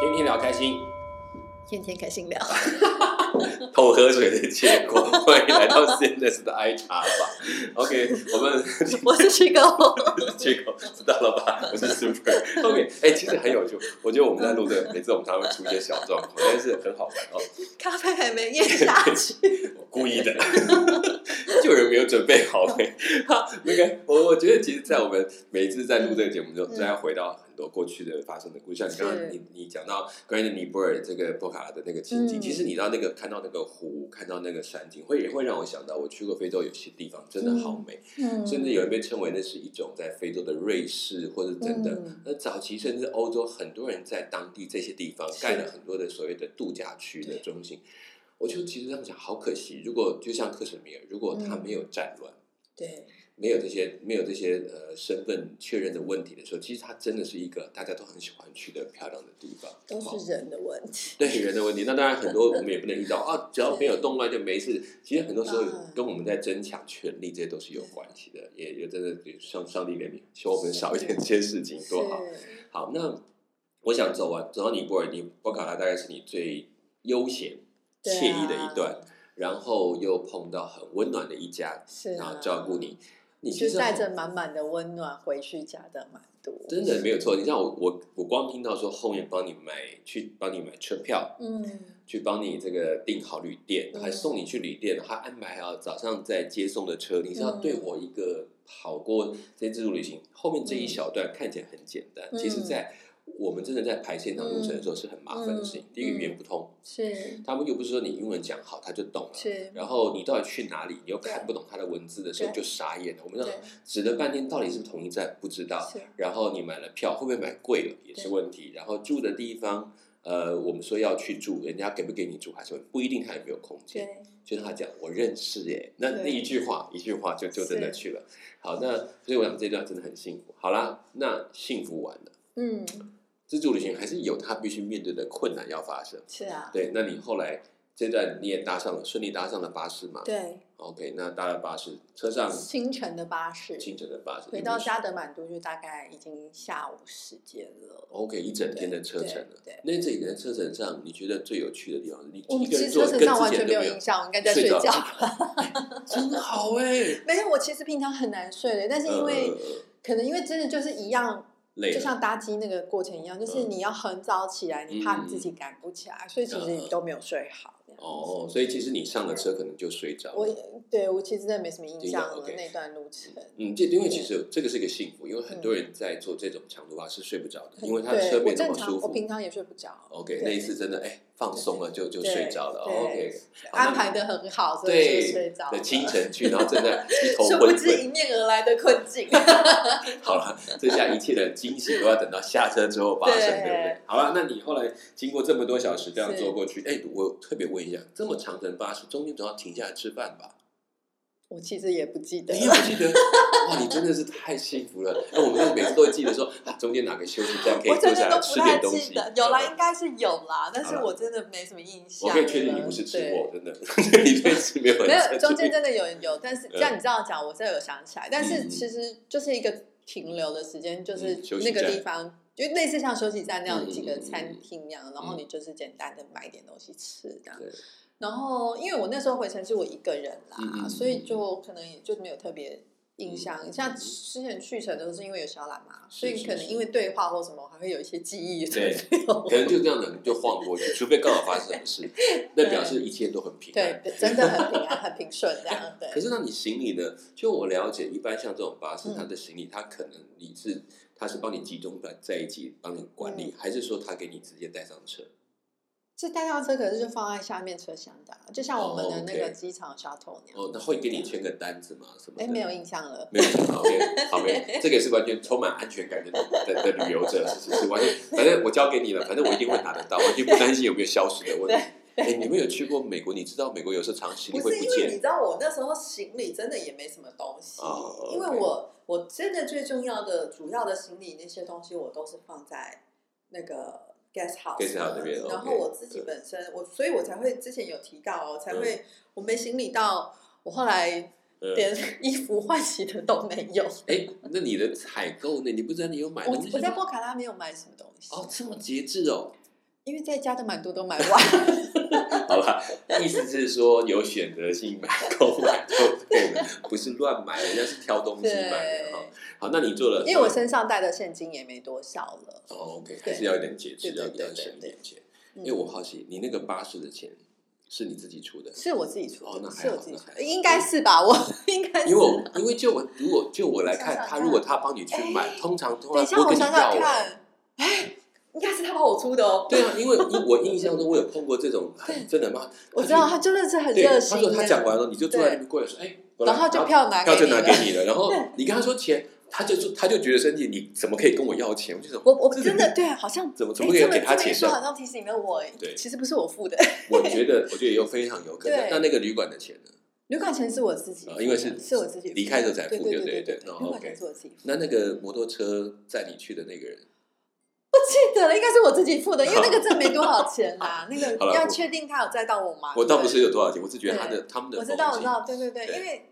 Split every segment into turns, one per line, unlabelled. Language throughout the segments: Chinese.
天天聊开心，
天天开心聊。
偷喝水的结果，欢迎来到现在是的 I 茶吧。OK，我们
我是虚构，
结果知道了吧？我是 Super。OK，哎、其实很有趣，我觉得我们在录这个，每次我们常常会出一些小状况，但是很好玩哦，
咖啡还没咽下去。
我故意的， 就有人没有 准备好呗。好那个，我我觉得其实，在我们每一次在录这个节目中，
嗯
都要回到很多过去的发生的故事，像你刚
是
刚你你讲到关于尼泊尔这个波卡的那个情景，
嗯
其实你到那个看到那个湖，看到那个山景，会也会让我想到我去过非洲有些地方真的好美。
嗯
甚至有人被称为那是一种在非洲的瑞士或者等等。
嗯
那早期甚至欧洲很多人在当地这些地方
是
盖了很多的所谓的度假区的中心。我就其实这样想，好可惜。如果就像克什米尔，如果他
嗯
没有战乱，
对，
没有这些没有这些呃身份确认的问题的时候，其实它真的是一个大家都很喜欢去的漂亮的地方。
都
好
是人的问题。
对人的问题，那当然很多我们也不能 遇到啊，只要没有动乱就没事。其实很多时候
嗯
跟我们在争抢权利，这些都是有关系的，也也真的上上帝怜悯，希望我们少一点这些事情多好。
是
好，那我想走完走到尼泊尔，尼波卡拉大概是你最悠闲、
对啊
惬意的一段，然后又碰到很温暖的一家，
是
然
啊
后，照顾你，你其
就
实
带
很
着满满的温暖回去家的满都。
真的没有错。你像我，我我光听到说后面帮你买去帮你买车票，
嗯，
去帮你这个订好旅店，
嗯
还送你去旅店，还安排好早上再接送的车。你是要
嗯
对我一个跑过这自助旅行，后面这一小段看起来很简单，
嗯
其实，在我们真的在排现场路程的时候是很麻烦的事情。
嗯
第一个语言不通，
是
他们又不是说你英文讲好他就懂了。
是，
然后你到底去哪里，你又
对
看不懂他的文字的时候
对
就傻眼了。我们
对
让，指了半天，到底是不是同一站不知道。
是
然后你买了票，会不会买贵了也是问题。然后住的地方，呃，我们说要去住，人家给不给你住还是问不一定他有没有空间。
对，
就像他讲，我认识耶，那
对
那一句话，一句话就就真的
是
去了。好，那所以我想这段真的很幸福。好啦，那幸福完了，
嗯，
自助旅行还是有他必须面对的困难要发生。
是啊，
对，那你后来这段你也搭上了，顺利搭上了巴士嘛
对，
？OK，那搭了巴士，车上
清晨的巴士
清晨的巴士，
回到家的满都就大概已经下午时间了。
OK，一整天的车程了。
对对
那这一整天车程上，你觉得最有趣的地方，你
我
一
们
个
其
人
实
坐
车
跟
程
之
上完
前
全
都
没有
没有
印，象，我应该在
睡
睡
着
觉。
真好哎。
没有，我其实平常很难睡的，但是 因为、
呃
可能因为真的就是一样，
累
就
了，
像搭机那个过程一样，就是
嗯
你要很早起来，你怕你自己赶不起来，所以其实
嗯
你都没有睡好。这样子
哦，，所以其实你上了车可能就睡着
我
了。
对我其实真的没什么印象
印象
了
，OK
那段路程。
嗯，这因为其实这个是一个幸福，因为很多人在做这种长途巴是睡不着的，因为他的
嗯
嗯
对
车
我
变那
正
么
常，
舒
我
服。哦
平常也睡不着。
OK，
对
那一次真的哎放松了就就
对
睡着了。哦
对
OK，好
安排的很好，所以就睡
对
着
对
了。
清晨去，然后正在一头
殊
昏
不知
昏。
迎面而来的困境。
好了，这下一切的惊喜都要等到下车之后发生，对
对
不对？好了，那你后来经过这么多小时这样
是
坐过去，哎，我特别问一下，这么长程巴士中间总要停下来吃饭吧？
我其实也不记得
你也
了，
不记得？哇，你真的是太幸福了！哎，我们每次都会记得说，啊，中间哪个休息站可以
我
坐
真
下
的
来
都不
吃点
太
东
记
西。嗯
得。有啦，应该是有啦，但是
好啦
我真的没什么印象
我可
了。
以确定你不是吃
对
货，真的， 你对吃没有很
没
在
有，
乎
中间真的有有，但是
嗯
这样你这样讲，我真的有想起来。但
嗯
是其实就是一个停留的时间，就是
嗯休息
那个
站
地方，就类似像休息站那
嗯嗯
样几
嗯
个
嗯
餐
嗯
厅那样，然后你就是简单的买点东西吃这样
对。
然后因为我那时候回程是我一个人
嗯嗯
啦，
嗯
所以就可能也就没有特别。印
嗯
象像之前去程都是因为有小懒嘛，
是
所以
是
可能
是
因为对话或什么，还会有一些记忆。
对
所以我
可能就这样的就晃过去，除非刚好发生什么 事，那表示一切都很平安
对。，真的很平安，很平顺这样。对，
可是，那你行李呢？就我了解，一般像这种巴士，
嗯
它的行李，它可能你是它是帮你集中在在一起帮你管
嗯
理，还是说它给你直接带上车？
这带到车可是就放在下面车厢的啊、就像我们的那
哦
个
，OK
机场 shuttle 那样。
哦，那会给你签个单子吗？什么的？
哎，没有印象了。
没有好，OK，好，没有，这个是完全充满安全感的的的旅游者，是是是，完全，反正我交给你了，反正我一定会拿得到，完全不担心有没有消失的问题。哎，你们有去过美国？你知道美国有时候长行李
不
会
是
不
因为你
见，
知道我那时候行李真的也没什么东西，
哦
因为
OK
我我真的最重要的主要的行李那些东西我都是放在那个 guest house
guest house 那边
的然
OK，
后我自己本身我所以我才会之前有提到哦，才会、我没行李到我后来
嗯
连衣服换洗的都没有。
哎，那你的采购呢？你不知道你有买
我
东西
我在
吗？
波卡拉没有买什么东西，
哦，这么节制哦，
因为在家的蛮多都买完，
好吧，意思是说有选择性买购买就对了，不是乱买，人家是挑东西买的
对
哈。好，那你做了，
因为我身上带的现金也没多少了。
哦，OK，还
对
是要有点节制，
对
要
对
比较
对对
省一
对嗯
点钱。
因
因为我好奇，你那个巴士的钱是你自己出的？
嗯是我自己出
哦那
的，
还
是我
好
自己
那
出
还好
的，应该是吧？我 应该是
因为。我因为就我如果就我来
我
看，
想想
他
看
如果他帮你去买，
哎
通常通
等
常
一下，
不会
我
跟你
想想
要欸。
看，哎，应该是他帮我出的哦。
对啊，因为因我印象中我有碰过这种很真的吗？
我
他
知道
就
他真的是很
对，
热
他
心
说
的。
他讲完了，你就坐在那边过来说，哎，过来
然后就票拿
票
给
就
你
拿
了。
给你了，然后
对
你跟他说钱，他就说他就觉得生气，你怎么可以跟我要钱？我就想
我我
这
真的对啊，好像
怎么 怎
哎
么可以
这么
给他
这么
钱
一说，
呢？
好像提醒了我。哎
对
其实不是我付的，
我觉得我觉得也有非常有可能。
对
那那个旅馆的钱呢？
旅馆钱是我自己付
啊
的，
因为是
是我自己付
离开的时候才付
对对
就对
对
对哦
旅馆
OK
钱是我自己付的。
那那个摩托车载你去的那个人，
不记得了，应该是我自己付的，因为那个证没多少钱啦。那
好了
个要确定他有载到我吗？
我倒不
对
是有多少钱，我是觉得他的他们的
啊我知
风
道，我
景
知道，对对对，
对
因为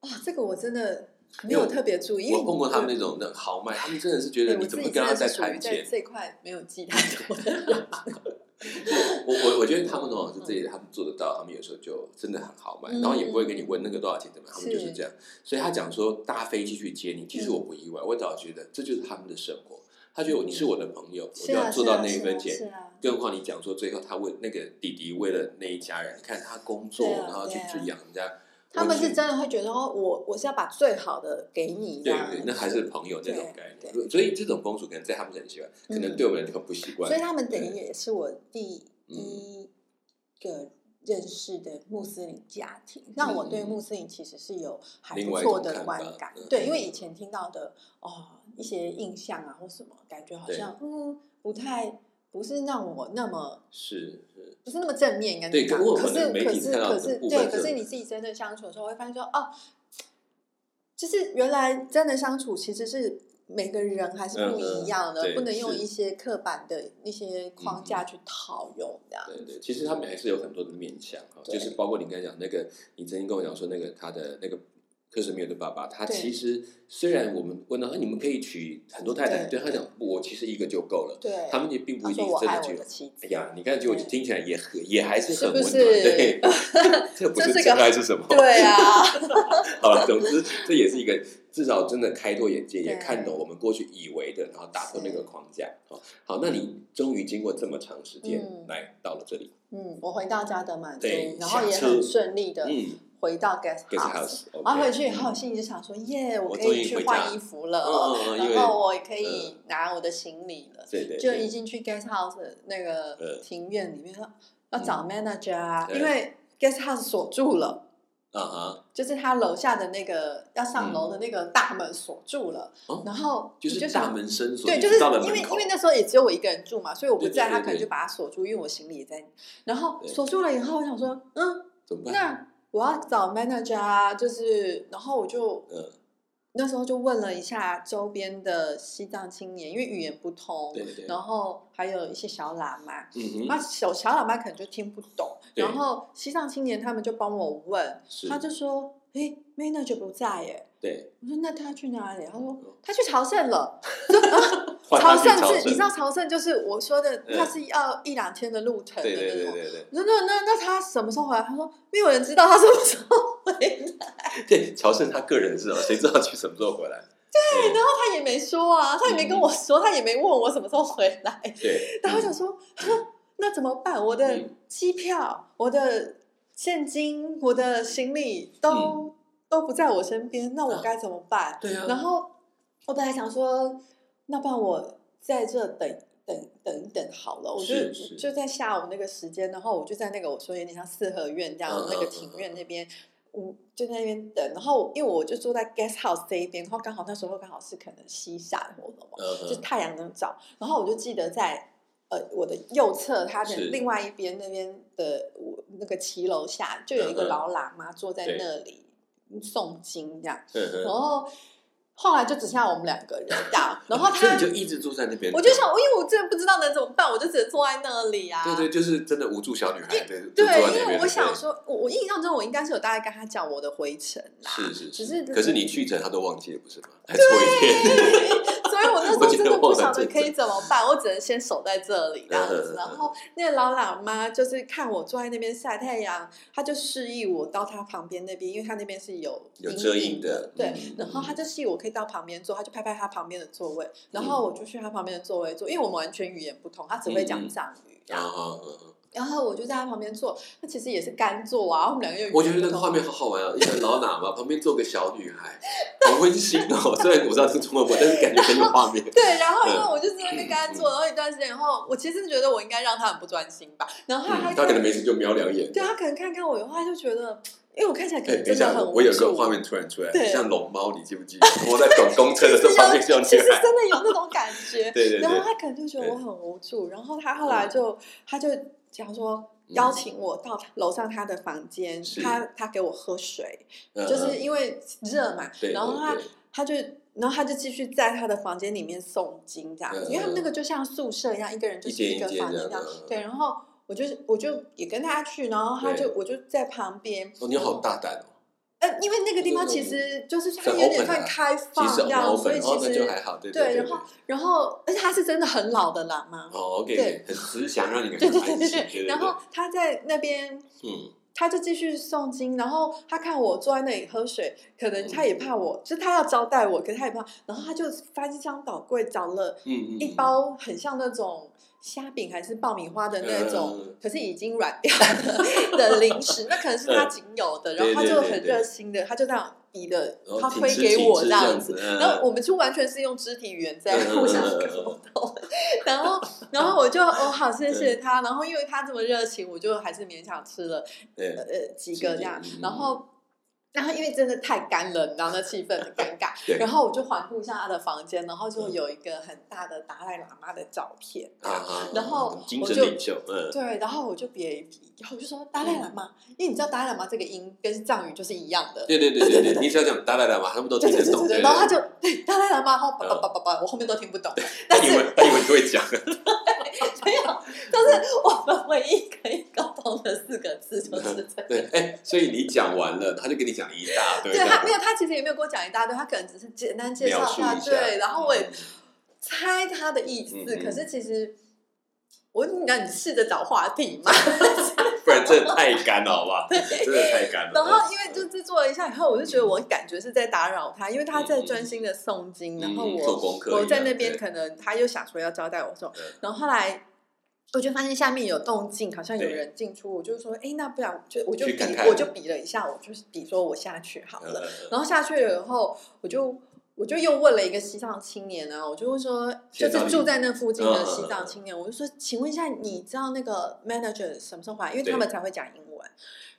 啊，这个我真的
因
没
为
有
我
特别注意，因为
我碰过他们
对
那种那豪迈，他们真的是觉得
对
你
我
怎
自
么
己
跟他
真的
在
是属于
谈
在
钱？
这一块没有记太多的。
我我我觉得他们哦，是这些他们做得到，他们有时候就真的很豪迈，
嗯
然后也不会跟你问那个多少钱怎么样，他们
是
就是这样。所以他讲说搭飞机去接你，其实
嗯
我不意外，我早觉得这就是他们的生活。他觉得我你是我的朋友， 我
是
就要
啊，
做
是
到
啊
那一
是
分
啊
钱。
是啊，
更何况你讲说最后他为那个弟弟为了那一家人，你看他工作，
对啊
然后去
对啊
去养人家，
他们
我觉
是
得
真的会觉得哦，我我是要把最好的给你这
对
样
对，那还是朋友这种
对
概念。所以这种风俗可能在他们很喜欢，可能
嗯
对我们很不习惯
所以。他们等于也是我第
嗯
一个认识的穆斯林家庭，让我对穆斯林其实是有还
嗯另
不
外一
错
种
的
看
观
法
感
嗯。
对，因为以前听到的哦一些印象啊或什么，感觉好
对
像嗯不太不是让我那么
是是，
不是那么正面跟
对
你讲。
可是我
可
可能
是
媒
可
体
是
看到
可
的
是
部
对，
分
可
是
是你自己真的相处的时候，会发现说哦，就是原来真的相处其实是。每个人还是不一样
嗯嗯
的，
对
不能用
是嗯
一些刻板的一些框架去套用这样。
对对，其实他们还是有很多的面向哈，
对
就是包括你刚才讲那个，你曾经跟我讲说那个他的那个克什米尔的爸爸，他
对
其实虽然我们问到，啊你们可以娶很多太太，对
对
他讲我其实一个就够了，
对，
他们也并不
他
一定
说我
真
爱
的
我
去
的。妻子
哎，呀，你看，结果
对
听起来也很也还是很
是不
温暖，
是
对，这不是
这是个
真爱是什么？
对 啊，
好了，总之这也是一个至少真的开拓眼界，
对
也看懂我们过去以为的，然后打破那个框架。好，好，那你终于经过这么长时间
嗯
来到了这里，
嗯，我回到家的满足
对，
然后也
下车
很顺利的
嗯
回到 guest
，guest
house，
house，
然后啊回去以
嗯
后心里就想说，耶，
我
我可
终于
以去
回家
换衣服了，哦
嗯嗯嗯，因为嗯
然后我也可以拿我的行李了，
对对
就
对
一进去 guest house 的那个
嗯
庭院里面，要找 manager 啊，
对
因为 guest house 锁住了。
啊哈，
就是他楼下的那个要上楼的那个大门锁住了，
嗯哦
然后
就
你
是
想
大门深锁，
对，
一
就
直
是
到了
因为
门口
因为那时候也只有我一个人住嘛，所以我不
对对
在，他
对
可能
对
就把它锁住，因为我行李也在。然后
对
锁住了以后，我想说，嗯，
怎么办？
那我要找 manager 啊，就是，然后我就
嗯，
那时候就问了一下周边的西藏青年，因为语言不通，
对对，
然后还有一些小喇嘛，
嗯
那
哼，
小小喇嘛可能就听不懂，
对
然后西藏青年他们就帮我问，
是
他就说，诶 m a n a g e r 不在耶。
对，
我说那他去哪里？他说
嗯
他去朝圣了。
换
朝
他去
圣
朝
是，你知道朝圣就是我说的，
嗯
它是要一两天的路程的
对对
那
对
种。
对对
我说那那那他什么时候回来？他说没有人知道他什么时候回来，
对，朝圣他个人是哦，谁知道去什么时候回来？对
然后他也没说啊，他也
嗯
没跟我说，他也没问我什么时候回来。
对，
然后我想说，哼那怎么办？我的
嗯
机票、我的现金、我的行李
嗯
都都不在我身边，那我该怎么办？
对啊，
然后我本来想说，那不然我在这等等等一等好了，我就是
是
就在下午那个时间，然后我就在那个我说有点像四合院这样、
嗯
那个庭院那边。我就在那边等，然后因为我就坐在 guest house 这一边，然后刚好那时候刚好是可能西晒或什么，
嗯
就
哼
太阳能照，然后我就记得在呃我的右侧，它的
是
另外一边那边的我那个骑楼下就有一
嗯
个
嗯
老喇嘛坐在
对
那里嗯诵经这样，
嗯
然
哼，
后后来就只剩下我们两个人这样，然后
所以
他
你，就一直住在那边，
我就想，因为我真的不知道能怎么办，我就只能坐在那里啊。
对对，就是真的无助小女孩，对，就坐
对
在那
因为
边
我想
对
说，我我印象中我应该是有大概跟他讲我的回程啦，
是是
只是
可是你去程他都忘记了，不是吗？还错一天，
所以我那时
我
候
觉
真
得
的
我
不
很
晓得
正
可可以怎么办？我只能先守在这里这样
嗯
子。然后那个老喇嘛就是看我坐在那边晒太阳，他就示意我到他旁边那边，因为他那边是有
有遮
阴
影的
对
嗯，
然后他就示意我可以到旁边坐，他就拍拍他旁边的座位，然
嗯
后我就去他旁边的座位坐，因为我们完全语言不同，他只会讲藏语这
啊
样。
啊啊！
然后我就在他旁边坐，那其实也是干坐啊，我们两个又语言
我觉得
不
那个
同
画面好好玩啊！一个老喇嘛旁边坐个小女孩，好温馨哦。 虽然我知道是中文，但是感觉很有画面。
对，然后因为
嗯
我就在那边跟他做，然后一段时间以后，我其实是觉得我应该让他很不专心吧。然后后来
嗯
他
他可
看
能没事就瞄两眼。
对他可能看看我的话，他就觉得，因为我看起来可
哎，
能
等一
真的
下，
很
我有
无
个
助
画面突然出来，
对
像龙猫，你记不记得？我在 等公车的时候，旁边小女
其实
孩。。
真的有那种感觉
对对
啊
嗯
然后
对，
他可能就觉得我很无助，然后他后来就他就讲说。
嗯
邀请我到楼上他的房间，
是
他他给我喝水，
嗯
就是因为热嘛，
对对
然后他
对
他就，然后他就继续在他的房间里面诵经这样子，
嗯
因为他们那个就像宿舍一样，一个人就
一
是
间
一
一
个
间
房间
这
这样
样。子。
对，然后我就我就也跟他去，然后他就
对
我就在旁边。
哦，你好大胆哦！
呃，因为那个地方
就是那种
其实就是它
很
有点
open
算
啊
开
其
放
实
这
很
样，所
open，
以
哦，
其
那
实
就还好，对
对
对。
然后然后而且他是真的很老的喇嘛，
哦，OK，
对
很慈祥，让你感觉
对对
很
对
安
对
心。
对。
对
然后他在那边
嗯，
他就继续诵经，然后他看我坐在那里喝水，可能他也
嗯
怕我，就是他要招待我，可是他也怕，然后他就翻箱倒柜找了
嗯嗯，
一包很像那种虾饼还是爆米花的那种，
嗯
可是已经软掉的的零食，那可能是他仅有的，然后他
嗯对对
就
对
很
对
热心的，他就这样比了
然，
他
嗯哦后挺
推
直
给
挺
我
直
这
这
样子
子，，嗯
然后
我
我们就完全是用肢体语言在
嗯
互相
嗯嗯
沟通，然后然后我就哦好谢谢他，然后因为他这么热情，我就还是勉强吃了
对
呃呃几个这样
几个嗯，
然后然后因为真的太干了，你知道那气氛很尴尬
对，
然后我就环顾一下他的房间，然后就有一个很大的达赖喇嘛的照片，
啊啊，
然后
啊精
我
神
就
领袖，嗯，
对，然后我就别一笔，然后我就说达赖喇嘛，因为你知道达赖喇嘛这个音跟藏语就是一样的，
对对对对对，你只要讲达赖喇嘛，他们都
对
听得
对对
懂，
对
对
对，然后他就对达赖喇嘛，然后叭叭叭叭叭，我后面都听不懂， 但
他以
是
为他以为你会讲，
没有，就是我们唯一可以沟通的四个字就是这个。
对，哎，所以你讲完了，他就跟你讲了一大堆，
对他没有，他其实也没有跟我讲一大堆，他可能只是简单介绍
描述一下，
对，然后我也猜他的意思，
嗯嗯
可是其实我让你试着找话题嘛，
不然真的太干了，好不好？真的太干了。
然后因为就制作了一下以后，我就觉得我感觉是在打扰他，因为他在
嗯嗯
专心的诵经，
嗯
然后
嗯做
我
功课一样，
我在那边
对
可能他又想说要招待我说
对，
然后后来。我就发现下面有动静，好像有
对
人进出，我就说，哎，那不然就我就
去
比
看看
我就比了一下，我就是比说我下去好
嗯
了。
嗯
然后下去了以后，我就我就又问了一个西藏青年啊，我就会说，就
先找
是
你
住在那附近的
嗯
西
嗯嗯
藏青年，我就说，请问一下，你知道那个 manager 什么时候回来？因为
对
他们才会讲英文。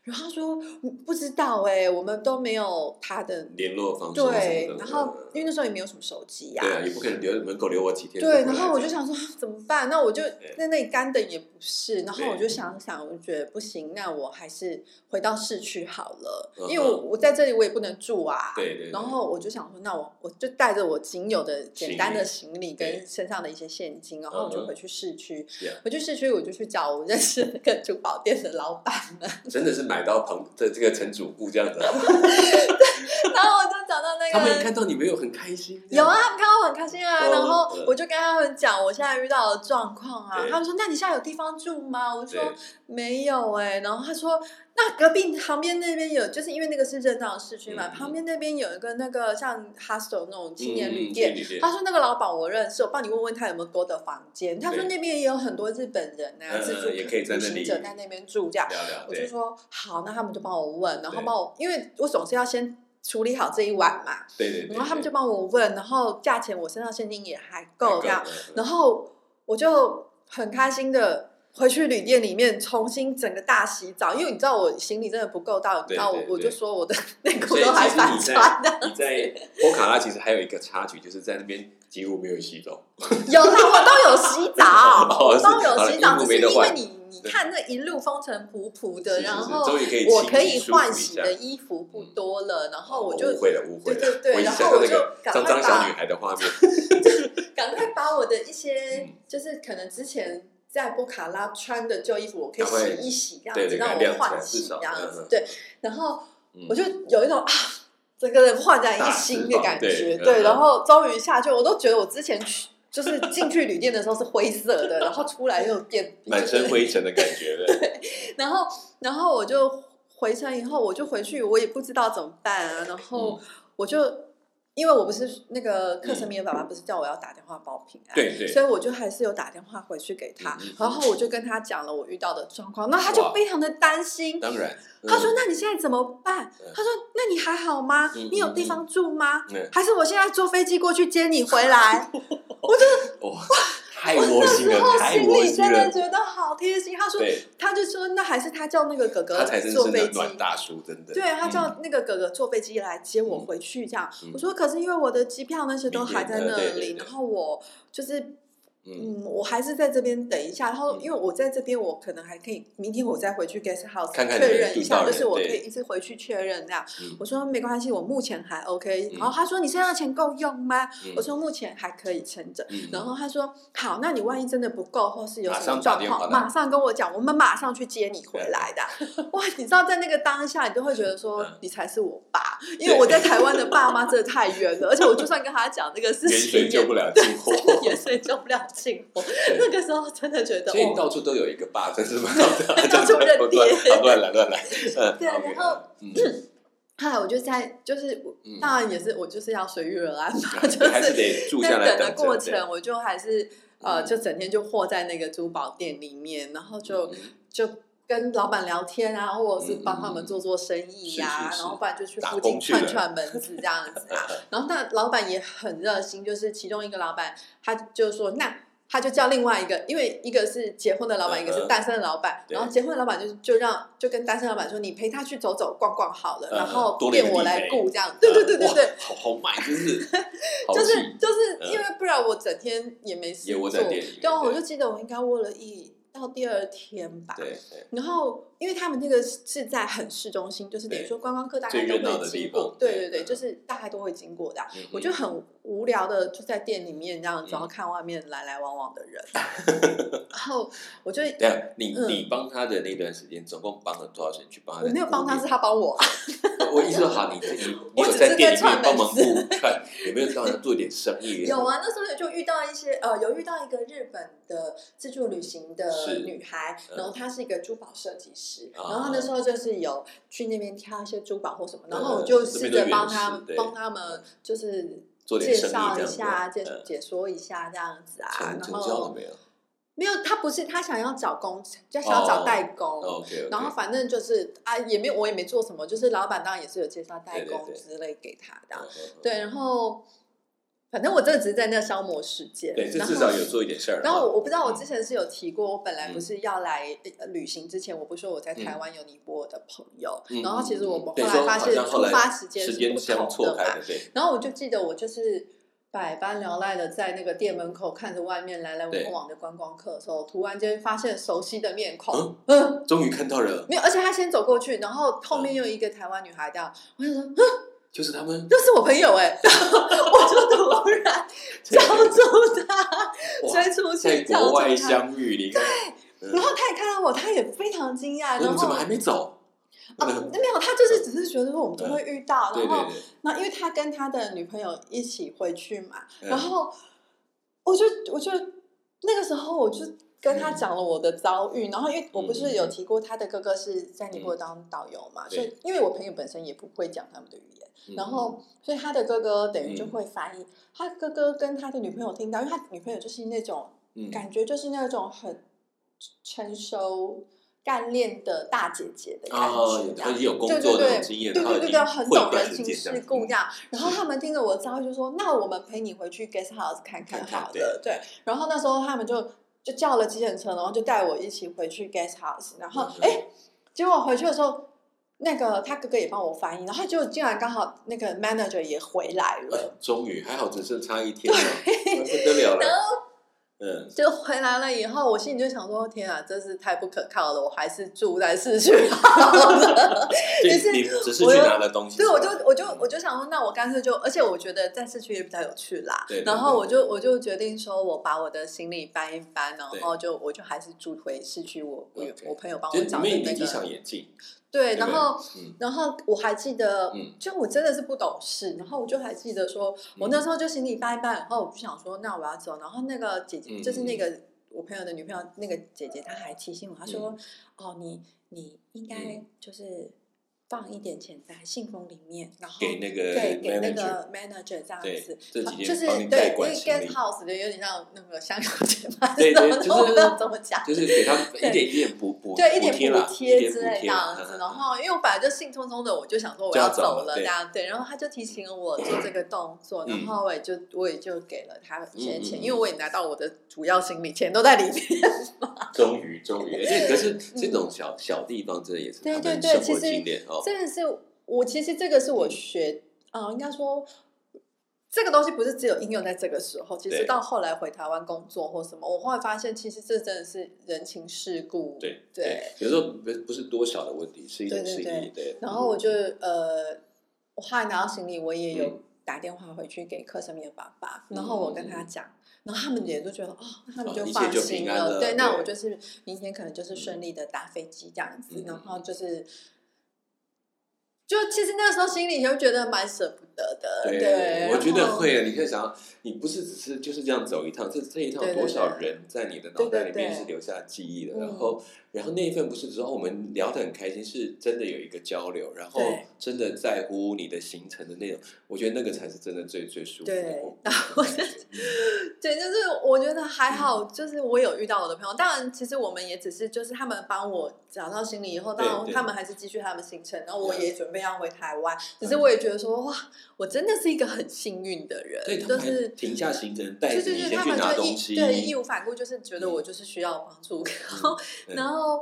然后他说嗯不知道哎、我们都没有他的
联络方式什么的，
对，然后
嗯
因为那时候也没有什么手机呀、
对啊，也不可能留在门口留我几天。
对，然后我就，想说啊怎么办？那我就
对
在那里干等也不是，然后
对
我就想想，我就觉得不行，那我还是回到市区好了，
嗯哼
因为我我在这里我也不能住啊。
对对对
然后我就想说，那我我就带着我仅有的简单的行李
对
跟身上的一些现金，然后我
嗯
就
哼啊
回去市区
Yeah。
回去市区我就去找我认识那个珠宝店的老板 们，
真的是买到旁的这个陈主顾这样子，
然后我就找到那
他们一
个
看到你没有很开心，
有啊，，他们看到我很开心啊，
哦
然后
嗯
我就跟他们讲我现在遇到的状况啊
对，
他们说那你现在有地方住吗？我
对
说没有哎、然后他说那隔壁旁边那边有，就是因为那个是正藏市区嘛，
嗯嗯
旁边那边有一个那个像 hostel 那种青年
嗯
旅
嗯
店。
青年旅
他说：“那个老板我认识，我帮你问问他有没有多的房间。”他说：“
对
那边也有很多日本人啊，
嗯嗯
自助
也可以在那
旅
里
行者在那边住这样。”
聊聊，
我就
对
说：“好，那他们就帮我问，然后
对
帮我，因为我总是要先处理好这一晚嘛。
对对对，
然后他们就帮我问，然后价钱我身上现金也还够这样，
然
然后我就很开心的回去旅店里面重新整个大洗澡，因为你知道我行李真的不够到，你
对
知道我
对
我
对
就说我的内裤
所以
都还
其实
反
你在
穿的，
你 在波卡拉其实还有一个插曲，就是在那边几乎没有洗澡，
有啦，我都有洗澡，
哦
我
是
都有
好了
洗
衣
澡，
服
只
没
是
得
因为
换
你你
对
看那一路风尘仆仆
是
的，
是
然
是
后
终于可以
我
清
可
洗
以
舒服
换
一
洗
下
的衣服不
嗯
多了，然后我就
误会了，误会了，
对对对
我一直
然
想
后
到
我
那
就
个
赶
脏
快
脏小
把
女孩的画 面，
赶快把我的一些
嗯，
就是可能之前在波卡拉穿的旧衣服，我可以
赶快
洗一洗，这
对
样
对
子让
给它
我
晾起来
换
至
洗
少
这样
嗯嗯
子
嗯。
对，然后
嗯
我就有一种啊，整个人焕然一
大
新
释
的
放
感
对
觉。
嗯
对，
嗯
然后终于下去，我都觉得我之前去就是进去旅店的时候是灰色的，然后出来又变
满身灰尘的感觉了。
然后，然后我就回程以后，我就回去，我也不知道怎么办啊。然
嗯
后我就、因为我不是那个克什米尔爸爸，不是叫我要打电话报平安，
对对
所以我就还是有打电话回去给他
嗯嗯嗯，
然后我就跟他讲了我遇到的状况，那他就
哇
非常的担心。
当然，嗯
他说：“那你现在怎么办
对？”
他说：“那你还好吗？
嗯嗯
你有地方住吗
嗯？
还是我现在坐飞机过去接你回来？”
嗯哇， 太窝心了，
我
太
心
窝
里
心
真的
了。
觉得好贴心。他说，
对，
他就说，那还是他叫那个哥哥
他才真
坐
是
飞
暖
机。
暖大叔，真的。
对，他
嗯
叫那个哥哥坐飞机来接我回去，这样。
嗯
我说，可是因为我的机票那些都还在
明天的
那
对对
里，
对
然后我就是。
嗯
嗯，我还是在这边等一下，然后
嗯
因为我在这边，我可能还可以，明天我再回去 guest house
看看能
确
不能
认一
遇到
下，就
人
是我可
对
以一直回去确认那样。
嗯
我说没关系，我目前还 OK。
嗯
然后他说你身上的钱够用吗？
嗯
我说目前还可以撑着。
嗯
然后他说：“好，那你万一真的不够，或是有
马
什么
上打
状
电
况，
话来
马上跟我讲，我们马上去接你回来的。”哇，你知道在那个当下，你就会觉得说
嗯
你才是我爸，因为我在台湾的爸妈真的太远了，而且我就算跟他讲这个 事
远
情，
水
也
救不了近火。
真 的也是救不了近火。
对
那个时候真的觉得
所以你
哦，
到处都有一个爸，真是蛮好的。
到处认
乱
爹
乱乱来乱来。嗯
对
，OK，
然后
嗯
后来我就在就是我
嗯
当然也是我就是要随遇而安嘛， 就
还是
是
得住
在
下来
的
等
过
着对
程，我就还是呃，
嗯
就整天就和在那个珠宝店里面，然后就。
嗯
就跟老板聊天啊，或者是帮他们做做生意呀、
嗯嗯嗯是是是
然后不然就去
打
附
工
近
去了
串串门子这样子 啊。然后那老板也很热心，就是其中一个老板他就说那。他就叫另外一个，因为一个是结婚的老板，
嗯
一个是单身的老板。
对
然后结婚的老板就就让就跟单身老板说：“你陪他去走走逛逛好了，
嗯
然后
多了一个
店我
地
来
陪嗯
顾这样。”对对对对对
哇，好好卖，真是，好
就是
气
就是
嗯
因为不然我整天也没事
也窝
做。
在店里面
对啊，我
对
就记得我应该窝了一到第二天吧。
对对，
然后，因为他们那个是在很市中心，就是等于
对
说观光客大
最
概都
热闹的
会
地
经
方
过，对
对
对对，
嗯
就是大概都会经过的啊。
嗯
我就很无聊的就在店里面这样
嗯
子，然后看外面来来往往 的人，然后我就
对啊，你
嗯
你帮他的那段时间，总共帮了啊多少钱去帮他？
我没有帮他，是，他帮我，
我意思说好，你你你
我
有
只是
店
在
里
串
面帮
门
忙顾看，有没有让他做点生意？
有啊，那时候就遇到一些呃，有遇到一个日本的自助旅行的
是
女孩，
嗯
然后她是一个珠宝设计师，
啊
然后那时候就是有去那边挑一些珠宝或什么，然
嗯
后我就试着帮
这边的
她
原始对嗯
帮他们就是
做
介
点生意
绍一
这
下、
样子
介
嗯
解说一下这样子啊，
成
然
成交了
后
没有
没有，她不是她想要找工，她想要找
哦
代工。
？OK，
然后反正就是啊，也没有，我也没做什么，就是老板当然也是有介绍代
对对
工
对
之类给他的，对，
对
然后反正我真的只是在那消磨时间。
对，这
然
至
后
少有做一点事儿。
然后
哦
我我不知道，我
嗯
之前是有提过，我本来不是要来呃旅行之前，我不是说我在台湾有尼泊尔的朋友，
嗯
然后其实我们
对
后来
说
发
好
现
像后
出
来
发时间
时
是
间
不
相
同
错
的
开
嘛。
的，对，
然后我就记得我就是百般聊赖的在那个店门口看着外面来来往往的观光客的时候，突然间发现熟悉的面孔
嗯，
嗯，
终于看到了，
没有，而且他先走过去，然后后
嗯
面又一个台湾女孩这样，我想说，嗯，
就是他们
那是我朋友哎、 然后我就突然叫住他，
哇，
追出
在
去叫
国
住
外
他，
相遇，你看，嗯
然后他也看到我，他也非常惊讶，
我
然
们怎
后
么还没走？
哦，没有，他就是只是觉得说我们都会遇到，
对嗯
然
对
后
对，
那因为他跟他的女朋友一起回去嘛，
嗯
然后我就我就那个时候我就跟他讲了我的遭
嗯
遇，然后因为我不是有提过他的哥哥是在尼泊尔当导游嘛，
嗯
所以因为我朋友本身也不会讲他们的语言，
嗯
然后所以他的哥哥等于就会翻译，他哥哥跟他的女朋友听到，因为他女朋友就是那种
嗯
感觉就是那种很成熟干练的大姐姐的感
啊
觉，，这样
很有工
对
作
对
的
对
经验，
对
然后
对对
已
对，
经
很
会
懂
一段
人
时
情
间这
世
样
故这样。然后
是
他们听着我遭遇就说：“那我们陪你回去 guest house 看
看看
好
对
了。”对。然后那时候他们就就叫了计程车，然后就带我一起回去 guest house。然后
嗯哼
哎，结果回去的时候。那个他哥哥也帮我翻译，然后就竟然刚好那个 manager 也回来
呃
了，
终于还好，只剩差一天了，不得了
然
了。嗯，
就回来了以后，我心里就想说：天啊，真是太不可靠了，我还是住在市区好了。
对
就是
你只是
我
去
又
拿了东西，
所以我就我就
嗯
我就想说，那我干脆就，而且我觉得在市区也比较有趣啦。
对对
然后
对
我就我就决定说，我把我的行李搬一搬，然
对
后就我就还是住回市区，我我
OK
我朋友帮
就
我
你
找
们
的
也
那
离机
个。
场也近，对
对，
不
然
对
后
嗯
然后我还记得
嗯，
就我真的是不懂事，然后我就还记得说，我那时候就行李掰一掰，然后我就想说，那我要走，然后那个姐姐
嗯
就是那个我朋友的女朋友，那个姐姐她还提醒我，她说，
嗯
哦，你你应该就是放一点钱在信封里面，然后
给那个
对给那
manager
个 manager 这样
对
子，
这
好
几天
就是
帮你代
对，因
管
为
行李
guest house 就有点像那个香港姐嘛，
对对
什么
就是
都 我不知道怎么讲。
就是给 他们一点一点补补
对，一点
贴啦，
补
一点
之
补
类这
贴
样
嗯
子。
嗯
然后因为我本来就兴冲冲的，我就想说我
就要走
走
了
这
对
样对。然后他就提醒我做这个动作，
嗯
然后我也就我也就给了他一些
嗯嗯
钱，
嗯
因为我也拿到我的主要行李，钱都在里面。
终于终于，而且可是这种小小地方，真的也是
嗯对
他们
对对
生活经典哦。 嗯
真的是我，其实这个是我学啊，应该说。这个东西不是只有应用在这个时候，其实
对
到后来回台湾工作或什么，我后来发现，其实这真的是人情世故。
对
对，，
有时候不是不是多少的问题，是一种
对
是
对
一
对
对。
然后我就呃，我后来拿到行李，我也有
嗯
打电话回去给柯神明的爸爸，
嗯
然后我跟他讲，然后他们也都觉得哦，那他们
哦
就
一切
放
就
心
平安了
对，那
对
我就是明天可能就是顺利的搭飞机这样子，
嗯
然后就是。就其实那个时候心里就觉得蛮舍不得的，对，
我觉
然
得
后
会啊！你可以想到，你不是只是就是这样走一趟，这这一趟有多少人在你的脑袋里
对对
面
对
是留下记忆的。
嗯
然后，然后那一份不是只是哦我们聊得很开心，是真的有一个交流，然后
对
真的在乎你的行程的内容。我觉得那个才是真的最最舒服的
对
我。
然
我感觉
对，就是我觉得
嗯
还好，就是我有遇到我的朋友，当然其实我们也只是就是他们帮我找到行李以后，当
对
然
对
他们还是继续他们行程，然后我也准备要回台湾，只
嗯
是我也觉得说哇，我真的是一个很幸运的人
所以，他
就
们还
是。
停下行程，带
对
着
对
你
对，
先
他
去
们
拿
就
东
义
西。
对义无反顾，就是觉得我就是需要帮助，然后
嗯
然后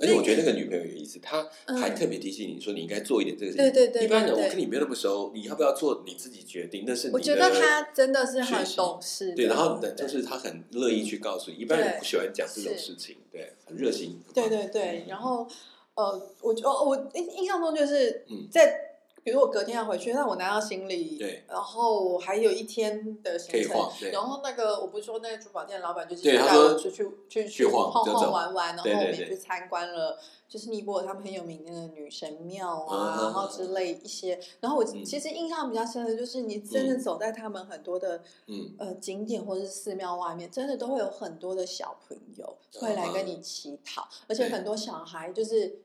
而且我觉得那个女朋友有意思，她
嗯
还特别提醒你说你应该做一点这个事情。
对对对
一般人
对
我
对
跟你没有那么熟，你要不要做你自己决定，那是你的
我觉得他真的是
学
很
习
懂事的，
对，然后呢，
对
就是他很乐意去告诉你，一般人不喜欢讲这种事情，对，很热心。
对对对，然后呃，我就哦我印印象中就是
嗯
在，比如我隔天要回去，那我拿到行李，
对，
然后我还有一天的
可以
行程
晃。，对
然后那个我不是说那个珠宝店老板就是
对他
带我
说
出去去
去晃
晃
就
晃
走
玩玩，然后
对
我
对
们也
对
去参观了，就是尼泊尔他们很有名的那个女神庙
嗯
啊，
哼
然后之类一些。然后我
嗯
其实印象比较深的就是你真的走在他们很多的
嗯，
呃景点或是寺庙外面，真的都会有很多的小朋友会来
嗯
跟你乞讨，而且很多小孩就是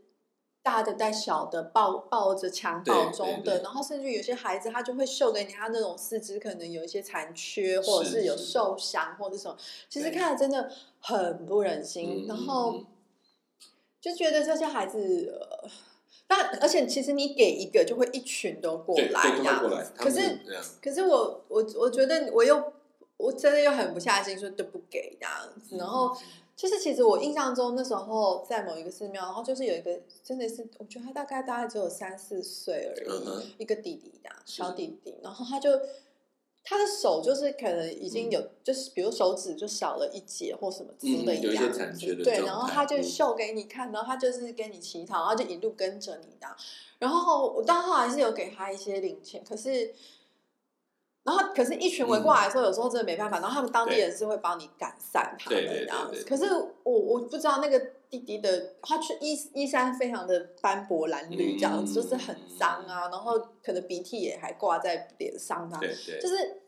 大的带小的抱抱着襁褓中
对对
的，
对
然后甚至有些孩子他就会秀给你他那种四肢可能有一些残缺，或者
是
是有
是
受伤或者什么，其实
对
看了真的很不忍心，
嗯
然
嗯
后
嗯
就觉得这些孩子。呃但而且其实你给一个就会一群都过
对，
来
对，
呀
都会过来。，他
可
们
是
这样
可是我我我觉得我又我真的又狠不下心说都不给这样
嗯
子，然后就是其实我印象中那时候在某一个寺庙，然后就是有一个真的是我觉得他大概大概只有三四岁而已，
嗯哼
一个弟弟这样
是
小弟弟，然后他就。他的手就是可能已经有，就是比如手指就少了一节或什么之类
嗯有一
的样
些
子，
残缺的
对，
状
然后
态
他就
嗯
秀给你看，然后他就是给你乞讨，然后就一路跟着你这样，然后我到后来是有给他一些零钱，可是，然后可是一群围过来的时候，有时候真的没办法，然后他们当地人是会帮你赶散他
嗯对对
们
对
这样
对
子。可是我我不知道那个弟弟的，他去衣衣衫非常的斑驳褴褛，这样子、
嗯
就是很脏啊，然后可能鼻涕也还挂在脸上啊，
对对，
就是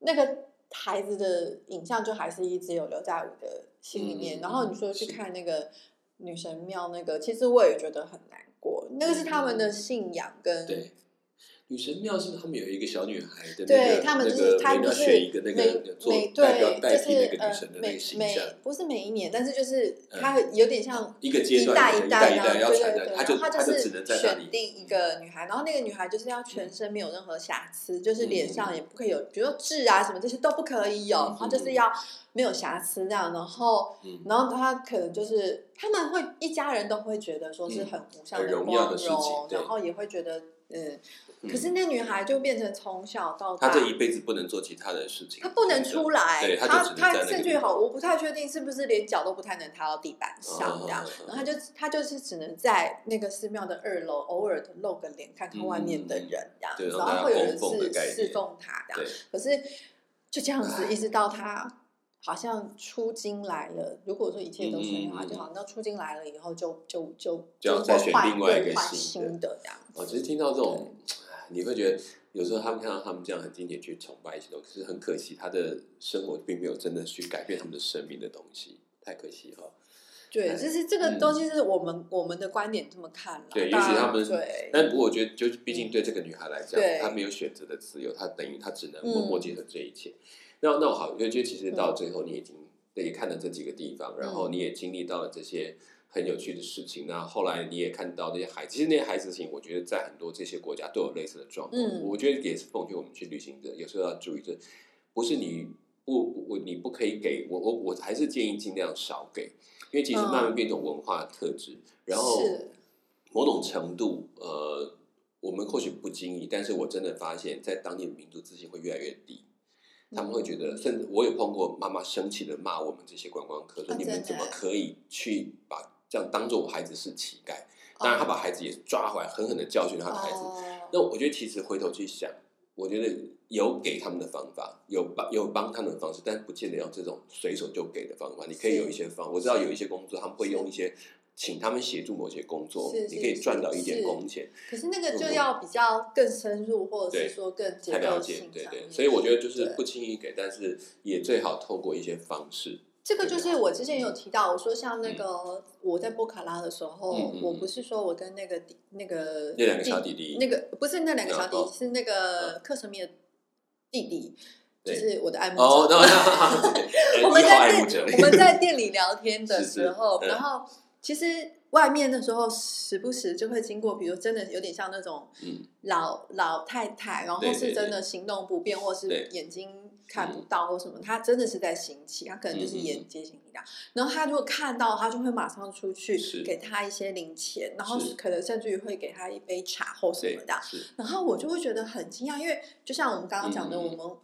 那个孩子的影像就还是一直有留在我的心里
嗯
面。然后你说去
是
看那个女神庙那个，其实我也觉得很难过，那个是他们的信仰跟
嗯对。女神庙是他们有一个小女孩的那个，
对他们就
那
是
个
他们
要
就
选一个
是
那
每
个做
每
代表
对
代
就
替那
是
个女神的那
呃每
个形
每
象，
不是每一年，但是就是
嗯
它有点像
一个阶段
代
一个一
代
代一代
这样
要
对
传
对
的
对，
他
然
就
后它
他
就
就是只能在那里
选定一个女孩，然后那个女孩就是要全身没有任何瑕疵，就是脸上也不可以有，比如说痣啊什么这些都不可以有，
嗯
然后就是要没有瑕疵这样，然后
嗯
然后她可能就是他们会一家人都会觉得说是
嗯
很无上
很
的
荣
光
耀的事情
荣，
对
然后也会觉得嗯，
嗯
可是那女孩就变成从小到大
她这一辈子不能做其他的事情，
他不能出来，
对他
他
就只能在那个
甚
地
至
方
好，我不太确定是不是连脚都不太能踏到地板上这样，
嗯
然后他就他就是只能在那个寺庙的二楼偶尔的露个脸，看看外面的人这样，
嗯对
然
让大
后
家
会有人
供奉的
侍
概念
侍奉他这
对
样，可是就这样子一直到他好像出金来了，如果说一切都是很
嗯
好，
嗯嗯
就好，那出金来了以后就就就
就要再选
换
另外一个
对换
新的
新的这样
我
子。
只是听到这种，唉你会觉得有时候他们看到他们这样很经典去崇拜一些东西，可是很可惜，他的生活并没有真的去改变他们的生命的东西，太可惜了。
对，
哎
就是这个
嗯
东西是我们、我们的观点这么看啦
对
当
也许
然
他们
对嗯
但不过我觉得，就是毕竟对这个女孩来讲
对，嗯
她没有选择的自由，她等于她只能默默接受这一切。那那我好，因为就其实到最后，你已经也看了这几个地方，然
嗯
后你也经历到了这些很有趣的事情。那后来你也看到这些孩子，其实那些孩子的事情，我觉得在很多这些国家都有类似的状况。
嗯
我觉得也是奉劝我们去旅行者，有时候要注意这，不是你不我你不可以给我我我还是建议尽量少给，因为其实
嗯
慢慢变成一种文化的特质，然后。
是
某种程度，呃，我们或许不经意，但是我真的发现，在当地的民族自信会越来越低。他们会觉
嗯
得，甚至我也碰过妈妈生气的骂我们这些观光客，说
啊
你们
真的
怎么可以去把这样当做我孩子是乞丐？当然，他把孩子也抓回来，狠狠的教训他的孩子。
哦
那我觉得其实回头去想，我觉得有给他们的方法，有帮有帮他们的方式，但不见得要这种随手就给的方法。你可以
是
有一些方，我知道有一些工作他们会用一些，请他们协助某些工作
是，是
你可以赚到一
是
点工钱，
可是那个就要比较更深入，或者
对
是说更结
才了
构
解
性。
对
上
对，
面
所以我觉得就是
对
不轻易给，但是也最好透过一些方式。
这个就是我之
嗯
前有提到，我说像那个我在波卡拉的时候，
嗯嗯嗯
我不是说我跟那个弟那个
那两个小弟弟
那个不是那两个小弟
哦，
是那个克什米尔弟弟，就
对
是我的爱慕者。
哦，那那 哎
我们
一号
在
爱
店
慕者，
我 们在店里聊天的
是是
时候，
嗯
然后其实外面的时候，时不时就会经过，比如真的有点像那种
嗯
老老太太，然后
对对
是真
对
的行动不便，或是
对嗯
眼睛看不到或什么，她真的是在行乞，她可能就是
嗯嗯嗯
眼接行乞的。然后她如果看到，她就会马上出去
是
给她一些零钱，然后
是
可能甚至于会给她一杯茶或什
对
么的。
是
然后我就会觉得很惊讶，因为就像我们刚刚讲
嗯
的，
嗯
我们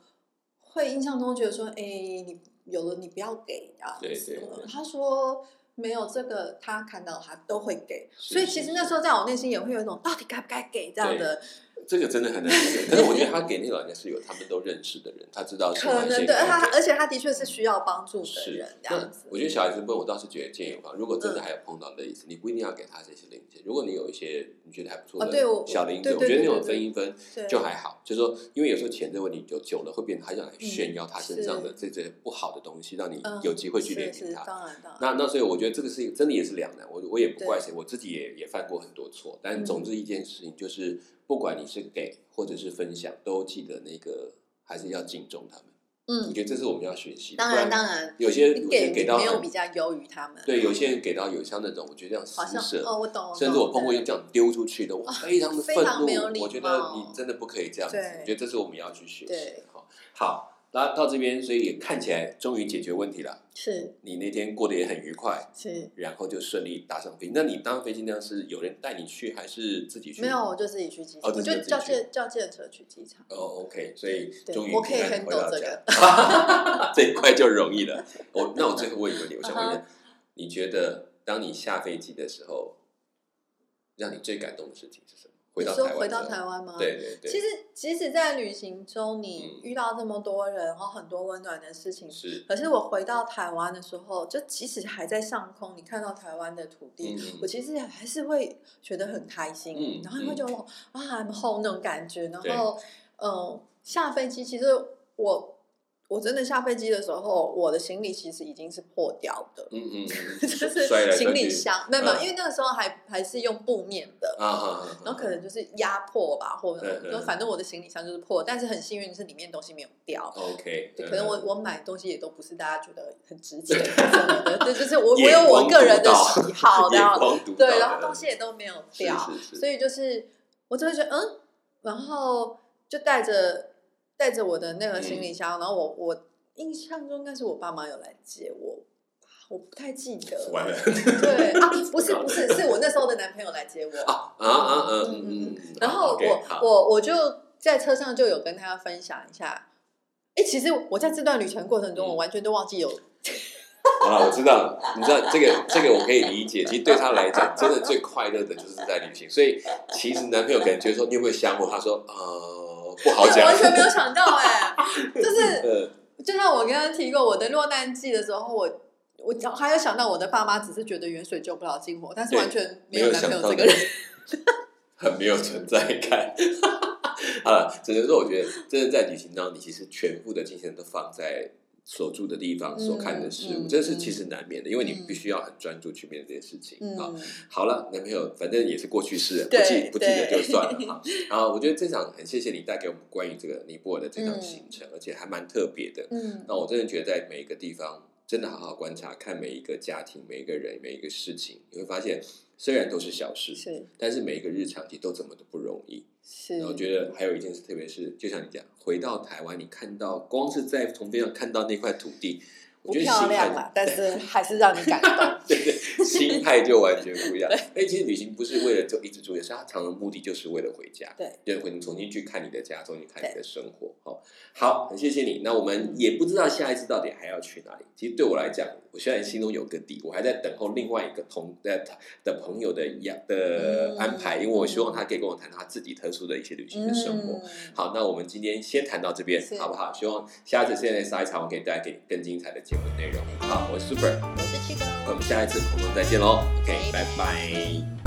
会印象中觉得说，哎，你有了你不要给啊，
对对对
他说没有这个，他看到他都会给，
是
所以
是
其实
是
那时候在我内心也会有一种到底该不该给这样的，
这个真的很难理解，可是我觉得他给那老人是有他们都认识的人，他知道什么
可能
先
对
给
他，而且他的确是需要帮助的
是
人，这
那
样子。嗯
我觉得小孩子问我倒是觉得建议方，如果真的还有碰到类似，你不一定要给他这些零件。如果你有一些你觉得还不错
哦对我
的小零件，
对对
我觉得那
对
种
对
分一分
对
就还好。就是说，因为有时候钱这个问题久久了会变得很想来炫耀他
嗯
身上的这些不好的东西，让你有机会去
是
怜悯
是，
他。
当然当然，
那那所以我觉得这个事情真的也是两难，我我也不
对嗯
怪谁，我自己也也犯过很多错。但总之一件事情就是，不管你是给或者是分享，都记得那个还是要敬重他们。我
嗯，
觉得这是我们要学习的。
当
不
然当然，
有些
你
有些
给
给到
没有
很
比较优于他们，
对，有些人给到有像那种，我觉得这样
好
施
像
舍，
哦，我懂，
甚至我碰过
懂哦
一个这样丢出去的，我非常的
非
愤
常没有礼
怒。我觉得
貌
你真的不可以这样子，
对
我觉得这是我们要去学习的
对
哈。好，那到这边，所以也看起来终于解决问题了。
是
你那天过得也很愉快，
是。
然后就顺利搭上飞机。那你搭飞机那样是有人带你去，还是自己去？
没有，。我就自己去机场，
哦自
我
己
就
自己
叫
去
建叫建车去机场。
哦，OK，所以
对
终于
我可以
平安地
handle
回到
这
家
个，
这一块就容易了。我那我最后问一个问题，我想
嗯
问一下，你觉得当你下飞机的时候，让你最感动的事情是什么？回
你
到
说
台湾，
回到台，湾吗？。
对对对，
其实，即使在旅行中，你
嗯
遇到这么多人，然后很多温暖的事情，
是
可是我回到台湾的时候，就即使还在上空，你看到台湾的土地，
嗯
我其实还是会觉得很开心，
嗯
然后你会觉得、哇啊，I'm home 那种感觉。然
对
后，嗯、下飞机，其实我我真的下飞机的时候，我的行李其实已经是破掉的，
嗯嗯，嗯
就
摔
是
来摔
行李
去
箱，没有没有，
嗯
因为那个时候还还是用布面的，
啊啊啊，
然后可能就是压迫吧，或
对
者
对
就反正我的行李箱就是破，但是很幸运是里面东西没有掉。
OK，
对可能我
嗯
我买东西也都不是大家觉得很值钱 的什么的，对，就是我我
眼
有我
光
个
独
人的
到
喜好，
眼
然后
光独到
对，然后
的
东西也都没有
是
掉，
是是
所以就是我就会觉得嗯，然后就带着带着我的那个行李
嗯
箱，然后我我印象中应该是我爸妈有来接我吧，我不太记得了
完了
对 啊，不是不是，是我那时候的男朋友来接我。
啊啊啊嗯
嗯嗯
嗯嗯，
然后我、我我就在车上就有跟他分享一下，哎，其实我在这段旅程过程中，
嗯
我完全都忘记有
我啊，我知道了，你知道这个这个我可以理解，其实对他来讲，真的最快乐的就是在旅行。所以其实男朋友可能觉得说你有没有想我，他说呃不好
我
讲，
完全没有想到哎、就是
呃
就像我刚刚提过，我的落难记的时候，我我讲还有想到我的爸妈只是觉得远水救不了近火，但是
对
完全没
没
有
有
男
想
朋
到
友这个人。
很没有存在感。 好了，只能说我觉得，真的在旅行当中，你其实全部的精神都放在所住的地方、
嗯
所看的事物，
嗯
这是其实难免的，因为你
嗯
必须要很专注去面对这些事情啊。
嗯，
好了，男朋友反正也是过去式了，不
对
记不记得就
对
算 了哈。然后我觉得这场很谢谢你带给我们关于这个尼泊尔的这趟
嗯
行程，而且还蛮特别的。
嗯
那我真的觉得在每一个地方，真的好好观察，看每一个家庭、每一个人、每一个事情，你会发现虽然都是小事，
是
但是每一个日常其实都怎么都不容易。
是，
然后觉得还有一件事，特别是就像你讲，回到台湾，你看到光是在从边上看到那块土地，我
不
觉得
漂
心
亮啊啦
态，，
但是还是让你感 动。
对对，心态就完全不一样。哎，其实旅行不是为了就一直住，也是它常常目的就是为了回家。
对，
对，回你重新去看你的家，重新看你的生活。好、好，很谢谢你。那我们也不知道下一次到底还要去哪里。其实对我来讲，我现在心中有个底，我还在等候另外一个同的的朋友的一样的
嗯
安排，因为我希望他可以跟我谈他自己特殊的一些旅行的生活。
嗯
好，那我们今天先谈到这边
是，
好不好？希望下次现在下一场，我可以带给更精彩的节目内容。好，我是 Super，
我是七哥。
我们下一次空中再见喽。OK，
拜
拜拜